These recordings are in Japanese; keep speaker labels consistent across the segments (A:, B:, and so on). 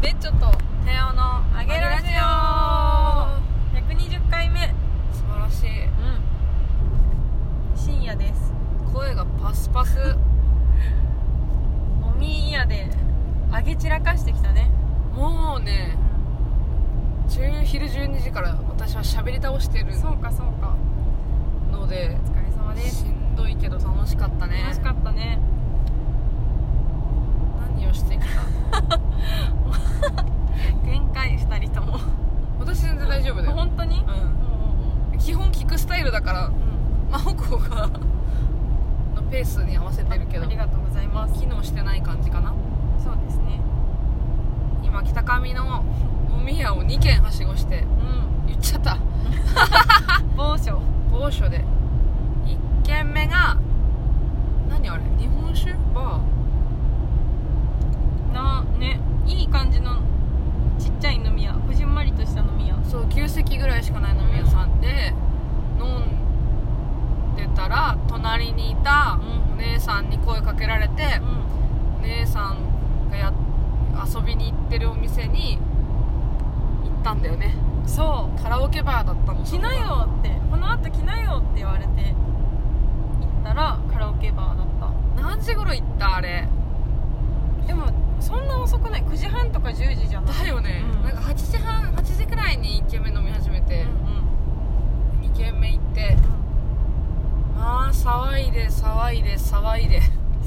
A: ベッチョと
B: テオのあげラジオ120回目素晴らしい
A: 深夜です
B: 声がパスパス
A: もみーやであげ散らかしてきたね
B: もうね10昼12時から私は喋り倒してる
A: そうかそうか
B: ので
A: お疲れ様で
B: し
A: す
B: んどいけど楽しかったね
A: 楽しかったね
B: 何をしてきた
A: 限界2人とも
B: 私全然大丈夫だよ、
A: 本当に
B: うん、基本聞くスタイルだから真帆子がのペースに合わせてるけど
A: ありがとうございます
B: 機能してない感じかな
A: そうですね
B: 今北上のおみやを2軒はしごして
A: うん
B: 言っちゃった
A: 某所
B: 某所で1軒目が何あれ日本酒バ
A: なねいい感じのちっちゃい飲み屋こじんまりとした飲み屋
B: ーそう9席ぐらいしかない飲み屋さんで飲んでたら隣にいた
A: うん
B: お姉さんに声かけられて
A: うん
B: お姉さんがや遊びに行ってるお店に行ったんだよね
A: そう
B: カラオケバーだったの
A: 着なよってこの後着なよって言われて行ったらカラオケバーだっ
B: 何時頃行ったあれ
A: たでもそんな遅くない9時半とか10時じゃない
B: だよね、
A: うん
B: なんか8時半8時くらいに1軒目飲み始め
A: う
B: て
A: ん、
B: 2軒目行ってまあ騒いで騒いで騒いで
A: う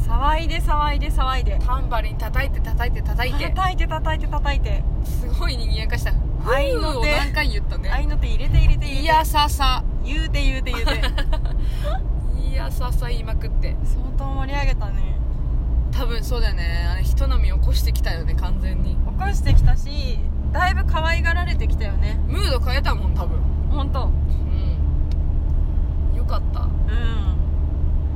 A: ん騒いで騒いで騒いで
B: タンバリン叩いて叩いて叩いて
A: 叩いて叩いて叩いて
B: すごい賑やかした「ふ
A: 愛
B: ー」
A: の
B: を
A: 手
B: 何回言ったね
A: 愛の手入れて入れて入れて
B: いやささ
A: 言うて言うて言うて
B: いやささ言いまくって
A: 相当盛り上げたね
B: 多分そうだよねあれ人波起こしてきたよね完全に
A: 起こしてきたしだいぶ可愛がられてきたよね
B: ムード変えたもん多分
A: 本
B: う
A: 当
B: んよかった
A: うん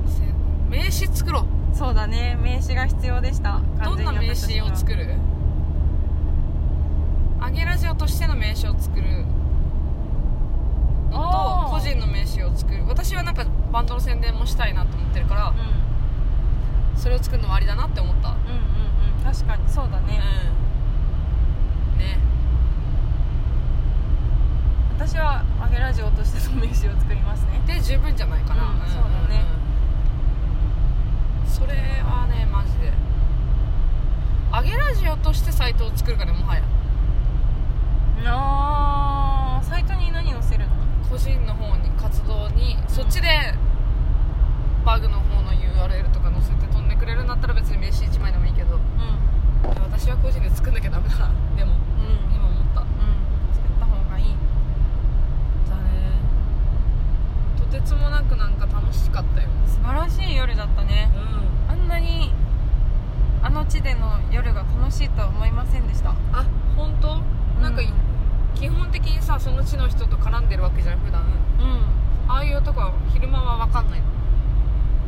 B: せ名刺作ろう
A: そうだね名刺が必要でした
B: どんな名刺を作
A: る
B: るアゲラジオとしての名刺を作るの
A: お
B: と個
A: ー
B: 人の名刺を作る私はなんかバンドの宣伝もしたいなと思ってるから
A: うん
B: それを作るのはありだなって思った
A: うんうんうん確かにそうだ
B: う
A: ね、
B: んね
A: 私はアゲラジオとしての名刺を作りますね
B: で十分じゃないかな、
A: うんそうだね
B: うんそれはねマジでアゲラジオとしてサイトを作るかねもはや
A: あーサイトに何載せるの
B: 個人の方に活動にそっちでバグの方の URL とか載せて飛んでくれるんだったら別に名刺1枚でもいいけど
A: うん
B: 私は個人で作んなきゃダメだなでも
A: うん
B: 今思った
A: うん作った方がいい
B: だねとてつもなくなんか楽しかったよ
A: 素晴らしい夜だったね
B: うん
A: あんなにあの地での夜が楽しいとは思いませんでした
B: あ本当、なんか
A: う
B: い基本的にさその地の人と絡んでるわけじゃん普段
A: うん
B: ああいうとこは昼間は分かんない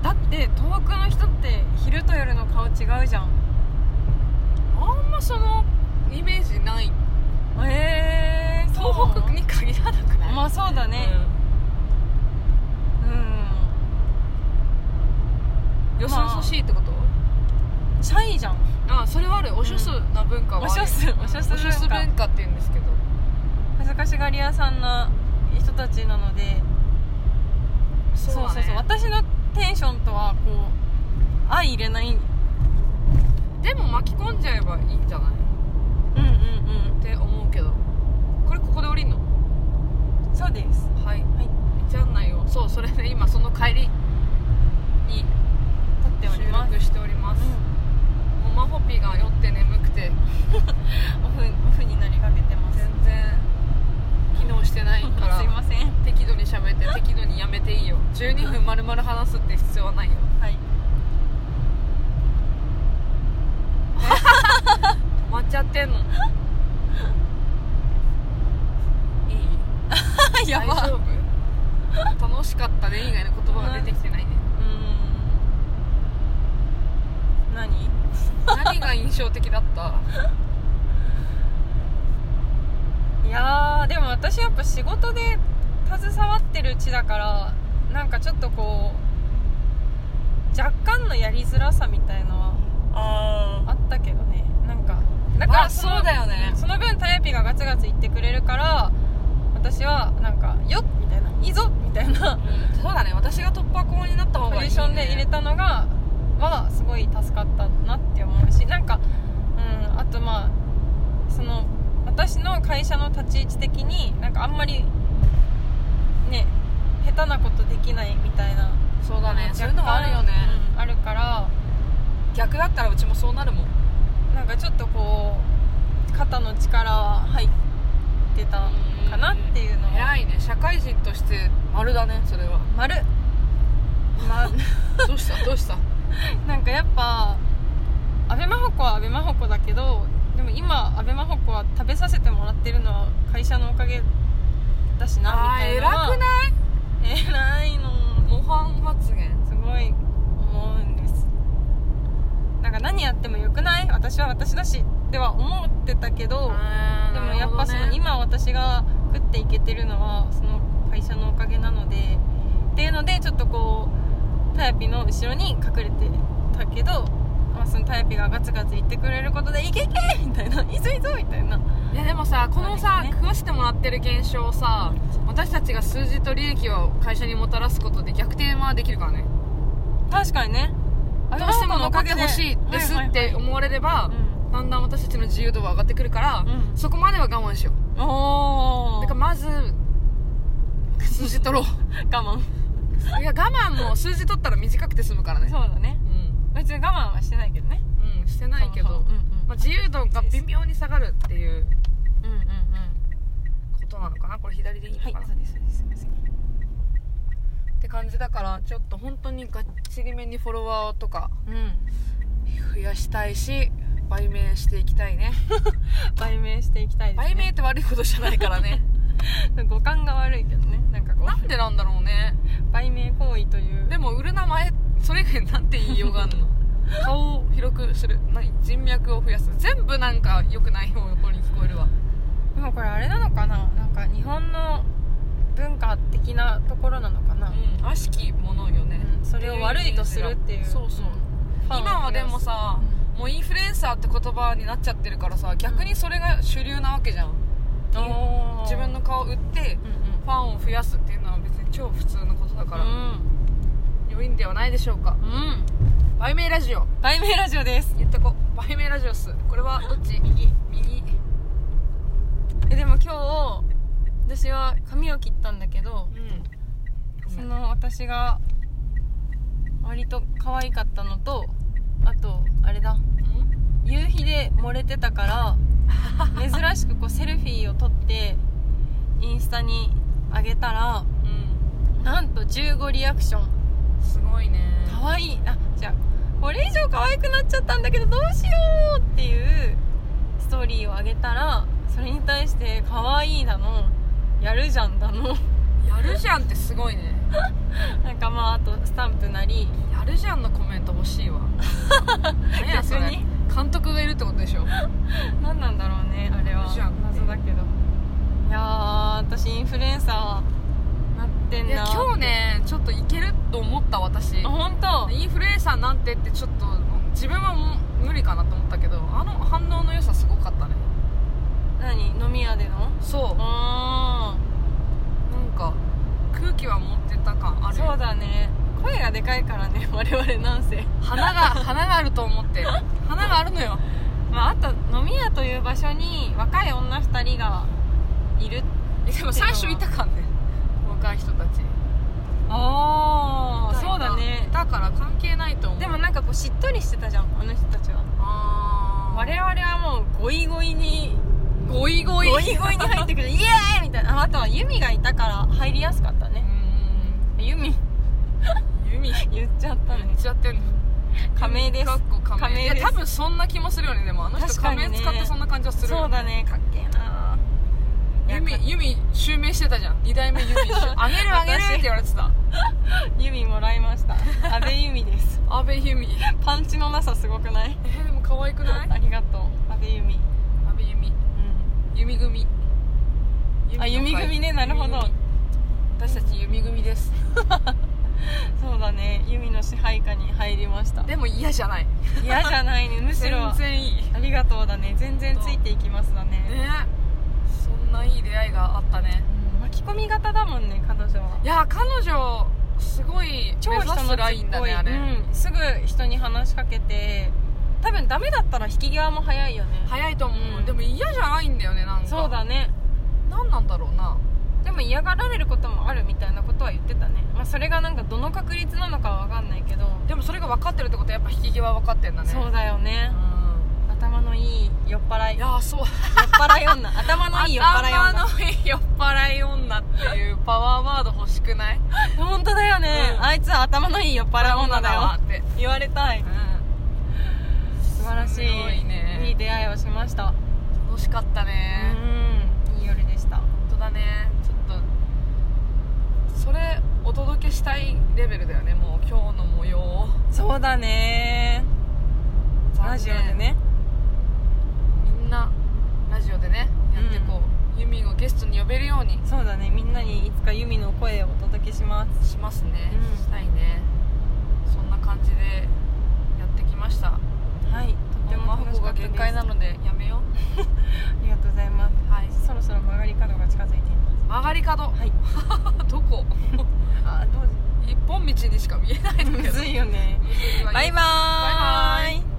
A: だって東北の人って昼と夜の顔違うじゃん
B: あんまそのイメージない
A: ええー、そう
B: 東北に限らなくない、
A: まあそうだねうん、
B: うんよそよそしいってこと、
A: シャイじゃん
B: あそれはあるおしょすな文化はある、
A: おしょす
B: うん
A: おしょす文
B: おし
A: 化
B: ょす文化って言うんですけど
A: 恥ずかしがり屋さんな人たちなのでそうそうそう
B: だね
A: 私のテンションとはこう相入れないうん
B: でも巻き込んじゃえばいいんじゃないっ
A: うんうん
B: て思うけどこれここで降りんの
A: そうです
B: はい、
A: はい
B: 道案内をそうそれで今その帰りに
A: 立っており
B: 収
A: ます
B: 録しておりますもうマホピが酔って眠くて
A: オフオフになりかけてますす
B: 全然機能してないから
A: いません
B: 適度に喋って適度にやめていいよ12分丸々話すって必要はないよ
A: はい
B: 止まっちゃってんのいい
A: やば
B: 大丈夫楽しかったね以外の言葉が出てきてないね
A: うーん何
B: 何が印象的だった
A: いやーでも私やっぱ仕事で携わってる地だからなんかちょっとこう若干のやりづらさみたいのは
B: あ
A: あったけどねなんかだか
B: まあ
A: らその
B: そうだよね
A: その分タヤピがガツガツ言ってくれるから私はなんか「よっ」みたいな「いいぞ」みたいな
B: そうだね私が突破口になった方が
A: ポ
B: いい、ね、
A: ジションで入れたのがはすごい助かったなって思うしなんか、うん、あとまあその私の会社の立ち位置的になんかあんまりね下手なことできないみたいな
B: そうだね
A: ん
B: そういうのもあるよね、
A: うんあるから
B: 逆だったらうちもそうなるもん
A: なんかちょっとこう肩の力は入ってたかなっていうのは
B: 偉いね社会人として丸だねそれは
A: 丸 ま
B: どうしたどうした
A: なんかやっぱアベマホコはアベマホコだけどでも今アベマホコは食べさせてもらってるのは会社のおかげだし な
B: あー
A: みたい
B: 偉
A: な
B: くない
A: 偉くない偉いの
B: 模範発言
A: すごい思うんですなんか何やってもよくない私は私だしでは思ってたけどでもやっぱその今私が食っていけてるのはその会社のおかげなのでっていうのでちょっとこうタヤピの後ろに隠れてたけど、まあ、そのタヤピがガツガツ言ってくれることで「いけいけ!」みたいな「いぞいぞ!」みたいない
B: やでもさこのさ、
A: そうですね
B: 食わしてもらってる現象をさ私たちが数字と利益を会社にもたらすことで逆転はできるからね
A: 確かにね
B: どうしてもおかげ欲しいです
A: は
B: っ
A: いはい
B: て思われればだんだん私たちの自由度は上がってくるから
A: うん、うん
B: そこまでは我慢しよう
A: おお
B: だからまず数字 取ろう
A: 我慢
B: いや我慢も数字取ったら短くて済むからね
A: そうだね
B: うん
A: 別に我慢はしてないけどね
B: うんしてないけど
A: そもそもうんうん
B: まあ、自由度が微妙に下がるっていう
A: うんうんうん
B: ことなのかなこれ左でいいの
A: は
B: か
A: い
B: な、
A: そうですそうですすいません
B: って感じだからちょっと本当にがっちりめにフォロワーとか
A: うん
B: 増やしたいし売名していきたいね
A: 売名していきたいですね
B: 売名って悪いことじゃないから ね
A: 五感が悪いけどねなんかこ
B: なんでなんだろうね
A: う売名行為という
B: でも売る名前それ以外なんて言いよう があるの顔を広くする何人脈を増やす全部なんか良くない方向に聞こえるわ
A: でもこれあれなのかななんか日本の文化的なところなのかな、
B: うん悪しきものよね
A: うんそれを悪いとするっていう
B: そうそう
A: ファンを増やす
B: 今はでもさもうインフルエンサーって言葉になっちゃってるからさ逆にそれが主流なわけじゃん
A: おー
B: 自分の顔売って
A: うんうん
B: ファンを増やすっていうのは別に超普通のことだから、良いんではないでしょうか
A: うんうん
B: 売名ラジオ
A: 売名ラジオです
B: 言っとこ売名ラジオっすこれはどっち右右
A: えでも今日私は髪を切ったんだけど
B: うん
A: その私が割と可愛かったのとあとあれだ夕日で漏れてたから珍しくこうセルフィーを撮ってインスタに上げたら
B: うん
A: なんと15リアクション
B: すごいね
A: 可愛いあじゃあこれ以上可愛くなっちゃったんだけどどうしようっていうストーリーを上げたらそれに対して可愛いだのやるじゃんだの
B: やるじゃんってすごいね
A: なんかまああとスタンプなり
B: やるじゃんのコメント欲しいわ何やそれ
A: 逆に
B: 監督がいるってことでしょ
A: 何なんだろうねあれは
B: やるじゃんって
A: 謎だけどいやー私インフルエンサーなってん
B: い
A: な
B: や今日ねちょっといけると思った私
A: あ本当
B: インフルエンサーなんてってちょっと自分はもう無理かなと思ったけどあの反応の良さすごかったね
A: 何飲み屋での
B: そう
A: あ
B: なんか空気は持ってた感あ
A: あ
B: る
A: そうだね声がでかいからね 我々なんせ
B: 花 が花があると思って花があるのよ
A: まああと飲み屋という場所に若い女2人がいる
B: えでも最初いたかんね若い人たち
A: あそうだね
B: だから関係ないと思う
A: でもなんかこうしっとりしてたじゃんあの人たちは
B: あ
A: 我々はもうゴイゴイに
B: ゴイゴイ
A: ゴイゴイに入ってくるイエーイみたいなああとはユミがいたから入りやすかった
B: う
A: ね
B: ん
A: ユミ
B: 弓
A: 言っちゃった
B: 言
A: ね
B: っちゃってんの
A: 仮名です
B: かっこ仮
A: 仮
B: 名
A: 名です
B: いや多分そんな気もするよねでもあの人
A: 確か
B: 仮
A: にね
B: 名使ってそんな感じはする
A: そうだねかっけえな
B: ユミユミ襲名してたじゃん二代目ユミ あげるあげるって言われてた
A: ユミもらいました安倍ユミです
B: 阿部ユミ
A: パンチのなさすごくない
B: えーでも可愛くない
A: ありがとう安倍由美、
B: 阿部ユミユミ組
A: あ由美組ねなるほ
B: ユ
A: ど
B: ミ組私たちユミ組です
A: そうだねユミの支配下に入り ました
B: でも嫌じゃない
A: 嫌じゃないねむし
B: 全
A: ろ
B: 然いいね
A: ありがとうだね全然ついていきますだね
B: そんないい出会いがあったね
A: うん巻き込み型だもんね彼女はい
B: や彼女すごい目指すラインだねあれ、
A: うん、すぐ人に話しかけて多分ダメだったら引き際も早いよね
B: 早いと思う、
A: うん
B: でも嫌じゃないんだよねなんか
A: そうだね
B: 何なんだろうな
A: でも嫌がられることもあるみたいなことは言ってたね、まあ、それがなんかどの確率なのかは分かんないけど、
B: でもそれが分かってるってことはやっぱ引き際分かってんだね
A: そうだよね、
B: う
A: 頭のいい酔っ払い
B: んい
A: 酔っ
B: やそう
A: 払い 女頭のいい酔っ払い
B: 頭
A: 女
B: のいい酔っ払い女っていうパワーワード欲しくない
A: 本当だよね、
B: うん
A: あいつは頭のいい酔っ払い女だ
B: わ
A: よ
B: って
A: 言われたい素晴らしい
B: すごいね
A: いい出会いをしました
B: 楽しかったね、
A: うんいい夜でした
B: 本当だねちょっとそれお届けしたいレベルだよねもう今日の模様を
A: そうだねラジオでね
B: みんなラジオでねやってこう、ユミをゲストに呼べるように
A: そうだねみんなにいつかユミの声をお届けします
B: しますね、
A: うん
B: したいねそんな感じでやってきました
A: はいとっても
B: マフ
A: 楽
B: コ
A: しか
B: が
A: ったで
B: 限
A: す
B: 界なのでやめよ
A: ありがとうございます
B: うはい
A: そろそろ曲がり角が近づいています
B: 曲がり角、
A: はい
B: どこ
A: あどう
B: 一本道にしか見えないんだけ
A: む
B: ど
A: ずいよね
B: むずいわ
A: バ
B: バイ
A: イバーイ
B: バーイ